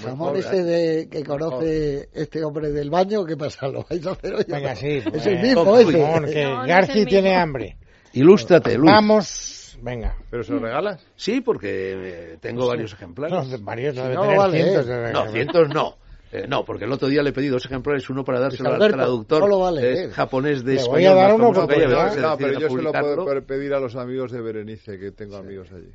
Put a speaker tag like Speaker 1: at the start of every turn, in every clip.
Speaker 1: jamón ese de, que conoce este hombre del baño, ¿qué pasa? ¿Lo vais a hacer hoy?
Speaker 2: Venga, sí.
Speaker 1: Es
Speaker 2: pues,
Speaker 1: el mismo
Speaker 2: por
Speaker 1: ese.
Speaker 2: favor, que
Speaker 3: No, no es
Speaker 2: Garci
Speaker 3: el
Speaker 2: tiene
Speaker 3: mismo.
Speaker 2: hambre.
Speaker 4: Ilústrate, Luz.
Speaker 2: Vamos, venga.
Speaker 5: ¿Pero se lo regalas?
Speaker 4: Sí, porque eh, tengo varios ejemplares.
Speaker 2: No, de- varios, no,
Speaker 1: Si
Speaker 2: debe
Speaker 1: no,
Speaker 2: tener
Speaker 1: vale,
Speaker 2: cientos
Speaker 1: eh.
Speaker 2: de-
Speaker 4: No, cientos no. Eh, no, porque el otro día le pedí dos ejemplares, uno para dárselo al
Speaker 1: Alberto,
Speaker 4: traductor
Speaker 1: no lo vale,
Speaker 4: eh,
Speaker 1: eh.
Speaker 4: japonés de
Speaker 2: Le voy
Speaker 4: español.
Speaker 2: a dar
Speaker 4: más
Speaker 2: uno
Speaker 4: famoso
Speaker 2: porque
Speaker 4: que hay, a
Speaker 2: no,
Speaker 4: ver
Speaker 5: No,
Speaker 4: si se
Speaker 5: no,
Speaker 4: decide
Speaker 5: pero yo se lo
Speaker 4: publicarlo.
Speaker 5: puedo pe- pedir a los amigos de Berenice, que tengo amigos allí.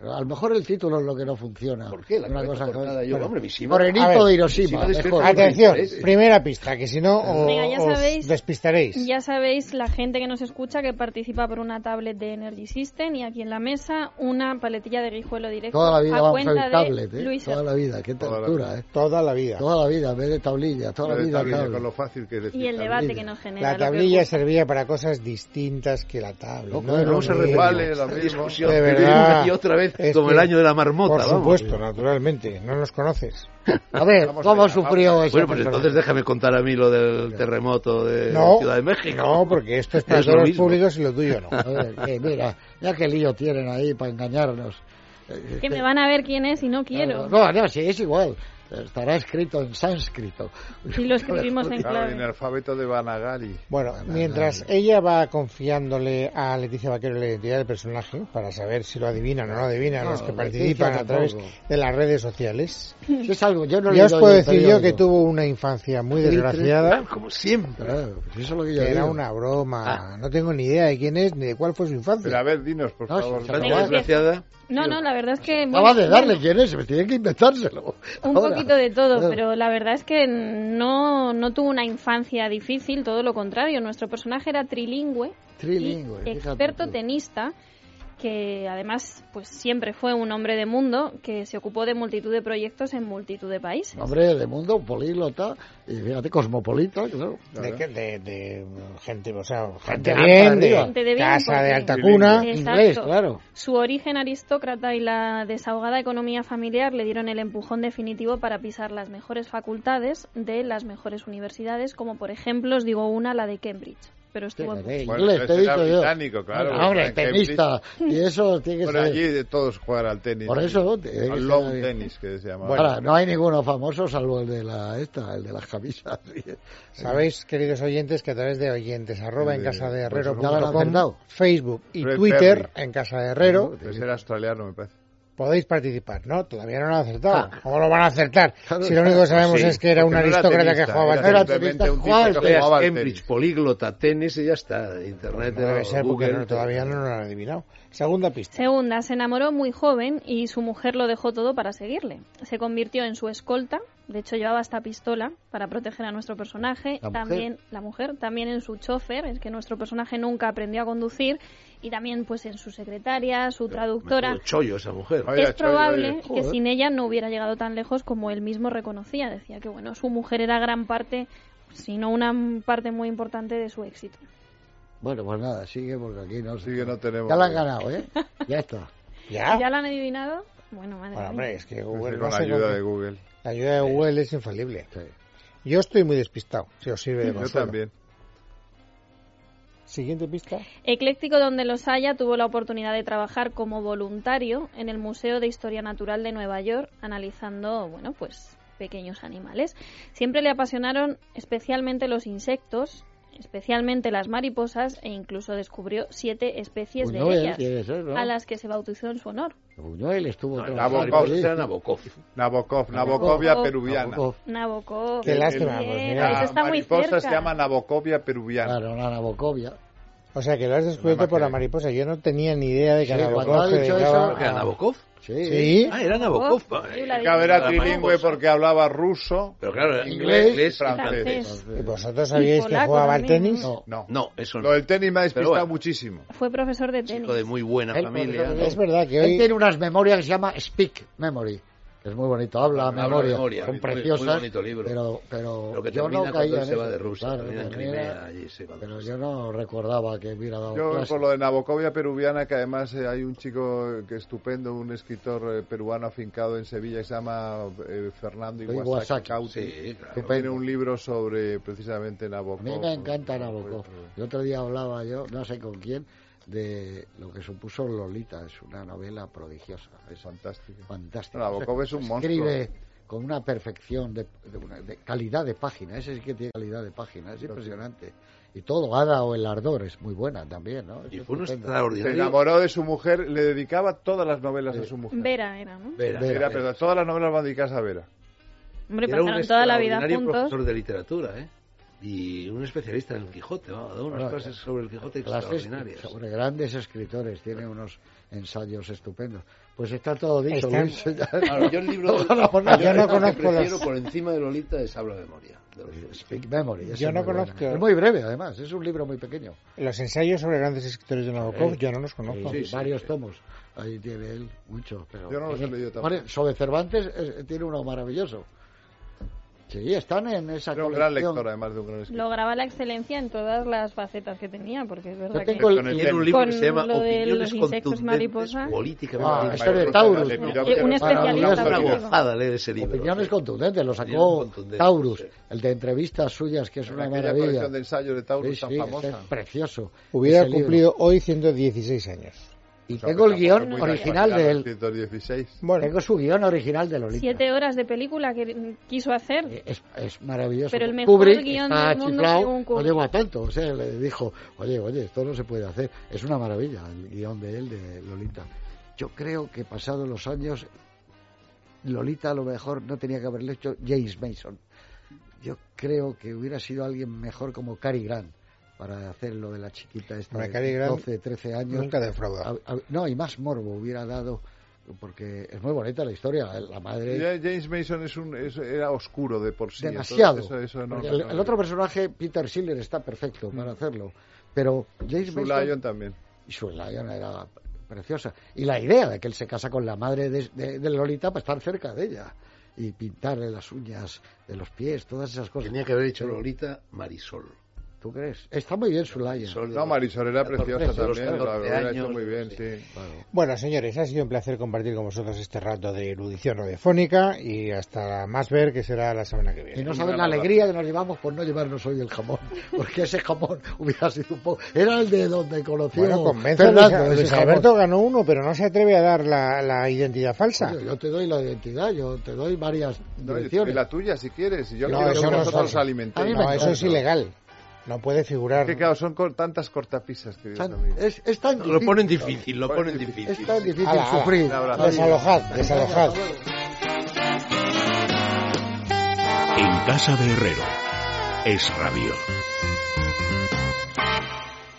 Speaker 1: Pero a lo mejor el título es lo que no funciona.
Speaker 4: ¿Por qué? La
Speaker 1: Una
Speaker 4: cabeza
Speaker 1: cosa
Speaker 4: cortada, yo,
Speaker 1: bueno,
Speaker 4: hombre, Mishima.
Speaker 2: A ver,
Speaker 1: Morenito de Hiroshima.
Speaker 4: Mishima despierta
Speaker 1: mejor.
Speaker 4: a las
Speaker 2: Atención,
Speaker 4: interés.
Speaker 2: primera pista, que si no o-
Speaker 3: Venga, ya
Speaker 2: os
Speaker 3: sabéis-
Speaker 2: despistaréis.
Speaker 3: Ya sabéis, la gente que nos escucha que participa por una tablet de Energy System y aquí en la mesa una paletilla de guijuelo directo.
Speaker 1: Toda la vida
Speaker 3: a
Speaker 1: vamos a
Speaker 3: cuenta
Speaker 1: ver
Speaker 3: de
Speaker 1: tablet, ¿eh?
Speaker 3: Luisa.
Speaker 1: Toda la vida, qué
Speaker 5: Toda la
Speaker 1: tortura,
Speaker 5: vida.
Speaker 1: ¿eh?
Speaker 2: Toda la vida.
Speaker 1: Toda la vida, en vez de tablilla, toda la
Speaker 5: Pero
Speaker 1: vida
Speaker 5: está bien,
Speaker 1: tablet.
Speaker 5: con lo fácil que es decir.
Speaker 3: Y el
Speaker 5: también.
Speaker 3: debate que nos genera.
Speaker 2: La
Speaker 3: lo que
Speaker 2: tablilla
Speaker 3: ocurre.
Speaker 2: servía para cosas distintas que la tabla.
Speaker 4: No,
Speaker 2: es
Speaker 4: eh, no
Speaker 2: lo
Speaker 4: se
Speaker 2: mismo.
Speaker 5: repale la
Speaker 4: Esta
Speaker 5: misma.
Speaker 4: discusión
Speaker 2: De
Speaker 4: que viene
Speaker 2: verdad.
Speaker 4: una y otra vez
Speaker 2: Es
Speaker 4: como
Speaker 2: que-
Speaker 4: el año de la marmota.
Speaker 2: Por
Speaker 4: vamos.
Speaker 2: supuesto, naturalmente. No nos conoces.
Speaker 1: A ver,
Speaker 5: Vamos
Speaker 1: ¿cómo
Speaker 5: allá,
Speaker 1: sufrió eso?
Speaker 4: Bueno, pues entonces déjame contar a mí lo del terremoto de
Speaker 2: No.
Speaker 4: Ciudad de México.
Speaker 2: No, porque esto es para
Speaker 4: Es lo
Speaker 2: todos los
Speaker 4: mismo.
Speaker 2: públicos y lo tuyo no.
Speaker 1: A ver, que mira, ya qué lío tienen ahí para engañarnos. Eh,
Speaker 3: Que
Speaker 1: eh,
Speaker 3: me van a ver quién es y no quiero.
Speaker 1: No, no, sí, es igual. Estará escrito en sánscrito.
Speaker 3: Si lo escribimos en
Speaker 5: Claro, en el
Speaker 3: clave.
Speaker 5: alfabeto de Banagari.
Speaker 2: Bueno, mientras ella va confiándole a Leticia Vaquero la identidad del personaje, para saber si lo adivinan o no adivinan
Speaker 1: No,
Speaker 2: los que
Speaker 1: Leticia
Speaker 2: participan a través
Speaker 1: tampoco.
Speaker 2: de las redes sociales,
Speaker 1: Si es algo, yo no le
Speaker 2: ya os
Speaker 1: doy
Speaker 2: puedo
Speaker 1: el
Speaker 2: decir yo que
Speaker 1: periódico.
Speaker 2: tuvo una infancia muy desgraciada,
Speaker 4: Ah, Como siempre.
Speaker 1: Claro, pues eso es lo que yo
Speaker 2: que era
Speaker 1: digo.
Speaker 2: una broma. No tengo ni idea de quién es ni de cuál fue su
Speaker 5: Pero a
Speaker 2: infancia.
Speaker 5: ver, dinos, por
Speaker 1: No,
Speaker 5: favor.
Speaker 1: sí,
Speaker 4: Tan
Speaker 3: Venga, es que-
Speaker 4: desgraciada.
Speaker 3: No, no, la verdad es que.
Speaker 1: Acaba
Speaker 3: bueno,
Speaker 1: de darle quién es, me tienen que inventárselo.
Speaker 3: Un
Speaker 1: Ahora.
Speaker 3: poquito de todo,
Speaker 1: Claro.
Speaker 3: pero la verdad es que no, no tuvo una infancia difícil, todo lo contrario. Nuestro personaje era trilingüe,
Speaker 1: Trilingüe,
Speaker 3: y
Speaker 1: fíjate
Speaker 3: experto
Speaker 1: tú.
Speaker 3: tenista, que además pues siempre fue un hombre de mundo que se ocupó de multitud de proyectos en multitud de países.
Speaker 1: Hombre de mundo, un políglota, y fíjate, cosmopolita, claro.
Speaker 2: De, que- de- de gente, o sea,
Speaker 1: Gente
Speaker 2: gente
Speaker 1: alta
Speaker 2: bien,
Speaker 1: de
Speaker 2: de,
Speaker 1: arriba.
Speaker 3: Gente de bien,
Speaker 2: casa de
Speaker 3: porque-
Speaker 2: alta cuna.
Speaker 3: Exacto.
Speaker 1: Ah, Inglés, claro.
Speaker 3: Su origen aristócrata y la desahogada economía familiar le dieron el empujón definitivo para pisar las mejores facultades de las mejores universidades, como por ejemplo, os digo una, la de Cambridge. Pero estuvo en-
Speaker 1: Fíjate,
Speaker 5: Bueno,
Speaker 1: inglés, te he
Speaker 5: ese era
Speaker 1: dicho yo.
Speaker 5: británico, claro,
Speaker 1: Bueno, hombre,
Speaker 5: porque en
Speaker 1: tenista. Y eso tiene que
Speaker 5: Por
Speaker 1: ser.
Speaker 5: allí de todos jugar al tenis.
Speaker 1: Por eso, ¿no? Tiene que ser
Speaker 5: Al long
Speaker 1: ahí.
Speaker 5: tenis, que se llamaba.
Speaker 1: Ahora, no hay ninguno famoso salvo el de la esta, el de las camisas.
Speaker 2: Sabéis, queridos oyentes, que a través de oyentes, arroba en
Speaker 5: Eh,
Speaker 2: casa de
Speaker 5: pues
Speaker 2: herrero
Speaker 1: ya lo han acertado.
Speaker 2: Facebook y
Speaker 5: Fred
Speaker 2: Twitter
Speaker 5: Perry.
Speaker 2: en casa de herrero,
Speaker 5: Pues era australiano, me parece.
Speaker 2: podéis participar, ¿no? Todavía no lo han acertado.
Speaker 5: Ah.
Speaker 2: ¿Cómo lo van a acertar? Si lo único que sabemos
Speaker 4: Sí,
Speaker 2: es que era un
Speaker 5: porque no era
Speaker 2: aristócrata que
Speaker 5: tenista,
Speaker 2: jugaba al
Speaker 5: era
Speaker 1: Era
Speaker 2: tenis.
Speaker 5: simplemente
Speaker 1: tenista,
Speaker 5: un tipo
Speaker 1: Juan,
Speaker 5: que
Speaker 4: Veas
Speaker 5: jugaba al
Speaker 4: Cambridge,
Speaker 5: tenis.
Speaker 4: políglota, tenis y ya está. Internet
Speaker 2: No debe
Speaker 4: o
Speaker 2: ser porque
Speaker 4: Google.
Speaker 2: no- todavía no lo han adivinado. Segunda pista.
Speaker 3: Segunda, se enamoró muy joven y su mujer lo dejó todo para seguirle. Se convirtió en su escolta, de hecho llevaba esta pistola para proteger a nuestro personaje,
Speaker 1: La mujer.
Speaker 3: también la mujer, también en su chofer, es que nuestro personaje nunca aprendió a conducir, y también pues en su secretaria, su traductora.
Speaker 4: Menudo chollo esa mujer.
Speaker 5: Ay,
Speaker 3: Es
Speaker 5: Oye,
Speaker 3: probable
Speaker 5: oye,
Speaker 3: que
Speaker 1: joder.
Speaker 3: sin ella no hubiera llegado tan lejos como él mismo reconocía. Decía que bueno, su mujer era gran parte, si no una parte muy importante de su éxito.
Speaker 1: Bueno, pues nada, sigue porque aquí no
Speaker 5: Así que no tenemos.
Speaker 1: Ya la han ganado, ¿eh? Ya está.
Speaker 2: ¿Ya?
Speaker 3: ¿Ya la han adivinado? Bueno, madre
Speaker 2: Ah. Bueno,
Speaker 3: mía.
Speaker 2: hombre, es que Google
Speaker 5: Con
Speaker 2: no
Speaker 5: la
Speaker 2: sé
Speaker 5: ayuda
Speaker 2: cómo-
Speaker 5: de Google.
Speaker 2: La ayuda de Google es infalible.
Speaker 1: Sí.
Speaker 2: Yo estoy muy despistado, si os sirve de
Speaker 5: Yo
Speaker 2: consuelo.
Speaker 5: también.
Speaker 2: Siguiente pista.
Speaker 3: Ecléctico donde los haya, tuvo la oportunidad de trabajar como voluntario en el Museo de Historia Natural de Nueva York, analizando, bueno, pues pequeños animales. Siempre le apasionaron especialmente los insectos, especialmente las mariposas e incluso descubrió siete
Speaker 2: Pues
Speaker 3: especies de
Speaker 1: Buñuel
Speaker 3: ellas,
Speaker 1: tiene que ser, ¿no?
Speaker 3: a las que se bautizó en su honor.
Speaker 1: Buñuel estuvo
Speaker 4: No, la
Speaker 1: trabajando
Speaker 5: Nabokov.
Speaker 1: allí.
Speaker 4: era Ah, Nabokov.
Speaker 5: Nabokov, Nabokovia
Speaker 3: Nabokov.
Speaker 5: peruviana.
Speaker 1: Nabokov.
Speaker 3: Nabokov.
Speaker 2: Qué
Speaker 3: muy
Speaker 2: lástima,
Speaker 3: bien,
Speaker 2: pues mira,
Speaker 3: eso
Speaker 5: La
Speaker 3: está muy
Speaker 5: mariposa
Speaker 3: cerca.
Speaker 5: se llama Nabocovia peruviana.
Speaker 1: Claro, la Nabocovia.
Speaker 2: O sea, que lo has descubierto por la mariposa. Yo no tenía ni idea de que
Speaker 1: Sí,
Speaker 2: la
Speaker 1: cuando
Speaker 2: Nabokov
Speaker 1: ha
Speaker 2: se
Speaker 1: dicho
Speaker 2: dedicaba
Speaker 1: eso-
Speaker 4: ¿Era
Speaker 2: a-
Speaker 4: Nabokov?
Speaker 1: Sí.
Speaker 2: Sí.
Speaker 4: Ah, era Nabokov.
Speaker 3: Nabokov.
Speaker 4: Eh,
Speaker 3: Yo la vi.
Speaker 5: Claro, era
Speaker 4: La
Speaker 1: pues,
Speaker 5: trilingüe
Speaker 4: mariposa.
Speaker 5: porque hablaba ruso.
Speaker 4: Pero claro, era
Speaker 1: Inglés,
Speaker 4: inglés,
Speaker 5: y
Speaker 4: inglés y
Speaker 5: francés.
Speaker 4: francés.
Speaker 2: ¿Y
Speaker 1: Entonces,
Speaker 2: vosotros sabíais que
Speaker 3: polaco
Speaker 2: jugaba al
Speaker 3: también,
Speaker 2: tenis?
Speaker 1: no.
Speaker 5: No.
Speaker 4: No, eso
Speaker 5: Lo
Speaker 4: no.
Speaker 5: del tenis me ha despistado
Speaker 4: Pero bueno.
Speaker 5: muchísimo.
Speaker 3: Fue profesor de tenis.
Speaker 4: Chico de muy buena
Speaker 1: Él,
Speaker 4: familia.
Speaker 1: por
Speaker 2: Es verdad que
Speaker 1: Él
Speaker 2: hoy
Speaker 1: tiene unas memorias que se llama Speak Memory, que es muy bonito, habla
Speaker 4: Habla
Speaker 1: memoria,
Speaker 4: memoria,
Speaker 1: son
Speaker 4: muy-
Speaker 1: preciosas,
Speaker 4: muy bonito libro.
Speaker 1: pero pero
Speaker 4: Lo que
Speaker 1: yo
Speaker 4: termina
Speaker 1: no
Speaker 4: cuando
Speaker 1: caía
Speaker 4: él
Speaker 1: en
Speaker 4: se va
Speaker 1: eso.
Speaker 4: de Rusia,
Speaker 1: Claro,
Speaker 4: termina en
Speaker 1: termina-
Speaker 4: Crimea, allí se va de
Speaker 1: pero
Speaker 4: Rusia.
Speaker 1: yo no recordaba que hubiera dado
Speaker 5: Yo
Speaker 1: clase.
Speaker 5: por lo de Nabocovia peruviana, que además eh, hay un chico que estupendo, un escritor eh, peruano afincado en Sevilla que se llama eh, Fernando Iwasaki,
Speaker 1: Iwasaki,
Speaker 5: Cauti,
Speaker 4: Sí,
Speaker 5: que
Speaker 4: claro.
Speaker 5: tiene un libro sobre precisamente
Speaker 1: A
Speaker 5: Nabokov.
Speaker 1: mí me encanta Nabokov. El otro día hablaba yo, no sé con quién, de lo que supuso Lolita. Es una novela prodigiosa, es
Speaker 5: Fantástico.
Speaker 1: fantástica.
Speaker 5: Nabokov es un monstruo.
Speaker 1: Escribe con una perfección de, de una- de calidad de página. Ese sí que tiene calidad de página, es impresionante. Y todo, Ada o el Ardor, es muy buena también, ¿no?
Speaker 4: Y
Speaker 1: Es
Speaker 4: fue un
Speaker 1: estupenda.
Speaker 5: Se
Speaker 4: extraordinario.
Speaker 5: enamoró de su mujer, le dedicaba todas las novelas a su mujer.
Speaker 3: Vera era, ¿no?
Speaker 1: Vera,
Speaker 4: Vera,
Speaker 5: Era,
Speaker 4: Vera.
Speaker 5: pero todas las novelas van dedicadas a Vera.
Speaker 3: Hombre,
Speaker 4: Era un
Speaker 3: pasaron toda la vida
Speaker 4: extraordinario
Speaker 3: juntos.
Speaker 4: profesor de literatura, ¿eh? Y un especialista en el Quijote, vamos, ha dado unas
Speaker 1: Bueno,
Speaker 4: clases sobre el Quijote
Speaker 1: Clases
Speaker 4: extraordinarias.
Speaker 1: sobre grandes escritores, tiene unos ensayos estupendos. Pues está todo dicho,
Speaker 2: Está-
Speaker 1: Luis. ya-
Speaker 4: Claro, yo el libro de-
Speaker 1: No, no, no,
Speaker 4: yo
Speaker 2: yo
Speaker 4: el
Speaker 2: no
Speaker 4: libro que
Speaker 2: conozco
Speaker 4: prefiero
Speaker 2: las-
Speaker 4: por encima de Lolita es Habla Memoria. de los Fuchs.
Speaker 1: Speak Memory. ese
Speaker 2: Yo
Speaker 1: es
Speaker 2: no
Speaker 1: muy bueno.
Speaker 2: conozco-
Speaker 1: Es muy breve, además. Es un libro muy pequeño.
Speaker 2: Los ensayos sobre grandes escritores de Nabokov yo no los conozco.
Speaker 1: Eh, Sí,
Speaker 4: sí,
Speaker 1: varios
Speaker 4: sí.
Speaker 1: tomos. Ahí tiene él muchos. Pero
Speaker 5: Yo no los he leído tampoco.
Speaker 1: Vale, Sobre Cervantes eh, tiene uno maravilloso. Sí, están en esa
Speaker 5: Era un gran
Speaker 1: colección.
Speaker 5: lector, además de un gran escritor.
Speaker 3: Lograba la excelencia en todas las facetas que tenía, porque es verdad
Speaker 1: Yo
Speaker 3: que...
Speaker 1: tengo el-
Speaker 5: Con el-
Speaker 4: Tiene un libro que
Speaker 3: Con
Speaker 4: se llama
Speaker 3: lo de los
Speaker 4: Opiniones
Speaker 3: insectos
Speaker 4: contundentes
Speaker 3: mariposa.
Speaker 1: Ah,
Speaker 4: políticamente.
Speaker 1: ese de Taurus.
Speaker 5: Le pidió
Speaker 1: Bueno,
Speaker 5: que
Speaker 3: un
Speaker 5: era
Speaker 3: especialista
Speaker 4: una
Speaker 5: maravilloso.
Speaker 3: también.
Speaker 4: gozada leer ese libro.
Speaker 1: Opiniones
Speaker 4: Sí.
Speaker 1: contundentes, lo sacó
Speaker 4: Opiniones contundentes,
Speaker 1: Taurus,
Speaker 4: sí.
Speaker 1: el de entrevistas suyas, que es
Speaker 5: En
Speaker 1: una
Speaker 5: aquella
Speaker 1: maravilla.
Speaker 5: colección de ensayos de
Speaker 1: Sí,
Speaker 5: Taurus tan
Speaker 1: sí, ese es
Speaker 5: famosa.
Speaker 1: precioso.
Speaker 2: Hubiera
Speaker 1: ese libro.
Speaker 2: cumplido hoy 116 años.
Speaker 1: Y
Speaker 5: O sea,
Speaker 1: tengo
Speaker 5: que
Speaker 1: el guión
Speaker 5: tampoco es muy
Speaker 1: original
Speaker 5: casualidad,
Speaker 1: de él.
Speaker 5: 1916.
Speaker 2: Bueno,
Speaker 1: Tengo su guión original de Lolita.
Speaker 3: Siete horas de película que mm, quiso hacer.
Speaker 1: Es, es maravilloso.
Speaker 3: Pero el mejor
Speaker 1: Kubrick
Speaker 3: guión
Speaker 1: está
Speaker 3: del mundo
Speaker 1: chiflado,
Speaker 3: según Kubrick.
Speaker 1: No llegó a tanto. O sea, le dijo, oye, oye, esto no se puede hacer. Es una maravilla el guión de él, de Lolita. Yo creo que pasados los años, Lolita a lo mejor no tenía que haberle hecho James Mason. Yo creo que hubiera sido alguien mejor como Cary Grant para hacer lo de la chiquita esta
Speaker 2: Hombre,
Speaker 1: de
Speaker 2: Cary Grant
Speaker 1: 12, 13 años.
Speaker 2: nunca defrauda.
Speaker 1: A- a- no, y más morbo hubiera dado, porque es muy bonita la historia. La madre
Speaker 5: Ya James Mason es un, es- era oscuro de por sí.
Speaker 1: demasiado.
Speaker 5: entonces eso- eso no-
Speaker 1: Porque el,
Speaker 5: no- Mm.
Speaker 1: el otro personaje, Peter Schiller, está perfecto para hacerlo. Pero James
Speaker 5: Sue
Speaker 1: Mason-
Speaker 5: Lyon también.
Speaker 1: y Sue Lyon era preciosa. Y la idea de que él se casa con la madre de, de- de Lolita para estar cerca de ella y pintarle las uñas de los pies, todas esas cosas.
Speaker 4: Tenía que haber hecho Lolita Marisol.
Speaker 1: ¿Tú crees? Está muy bien Sue Lyon.
Speaker 4: Marisol de
Speaker 5: No,
Speaker 4: los-
Speaker 5: Marisol era
Speaker 4: 14,
Speaker 5: preciosa
Speaker 4: de los
Speaker 5: también. La
Speaker 4: 14
Speaker 5: hubiera hecho
Speaker 4: años,
Speaker 5: muy bien,
Speaker 4: sí.
Speaker 5: sí.
Speaker 1: Claro.
Speaker 2: Bueno, señores, ha sido un placer compartir con vosotros este rato de erudición radiofónica y hasta más ver que será la semana que
Speaker 1: Y
Speaker 2: viene.
Speaker 1: no saben la alegría que nos llevamos por no llevarnos hoy el jamón, porque ese jamón hubiera sido un poco... Era el de donde conocí
Speaker 2: Bueno,
Speaker 1: a
Speaker 2: convence a
Speaker 1: Fernando,
Speaker 2: Luis,
Speaker 1: ese
Speaker 2: Luis
Speaker 1: jamón.
Speaker 2: Alberto ganó uno, pero no se atreve a dar la, la identidad falsa.
Speaker 1: Yo, yo te doy la identidad, yo te doy varias
Speaker 5: No, y- y
Speaker 1: direcciones.
Speaker 5: la tuya, si quieres. Y yo
Speaker 2: No,
Speaker 5: quiero
Speaker 2: eso
Speaker 5: que
Speaker 2: no
Speaker 5: nosotros
Speaker 2: sale.
Speaker 5: alimentemos.
Speaker 1: A mí me
Speaker 2: No, eso es
Speaker 1: encanta.
Speaker 2: ilegal. No puede figurar.
Speaker 5: Que claro, son cor- tantas cortapisas, queridos
Speaker 1: Tan-
Speaker 5: amigos.
Speaker 1: es, es tan
Speaker 4: Lo
Speaker 1: difícil-
Speaker 4: ponen difícil, lo ponen difícil.
Speaker 1: Es tan difícil
Speaker 2: Ala, ala.
Speaker 1: sufrir.
Speaker 5: Un abrazo.
Speaker 2: Desalojad, desalojad.
Speaker 6: En Casa de Herrero, es radio.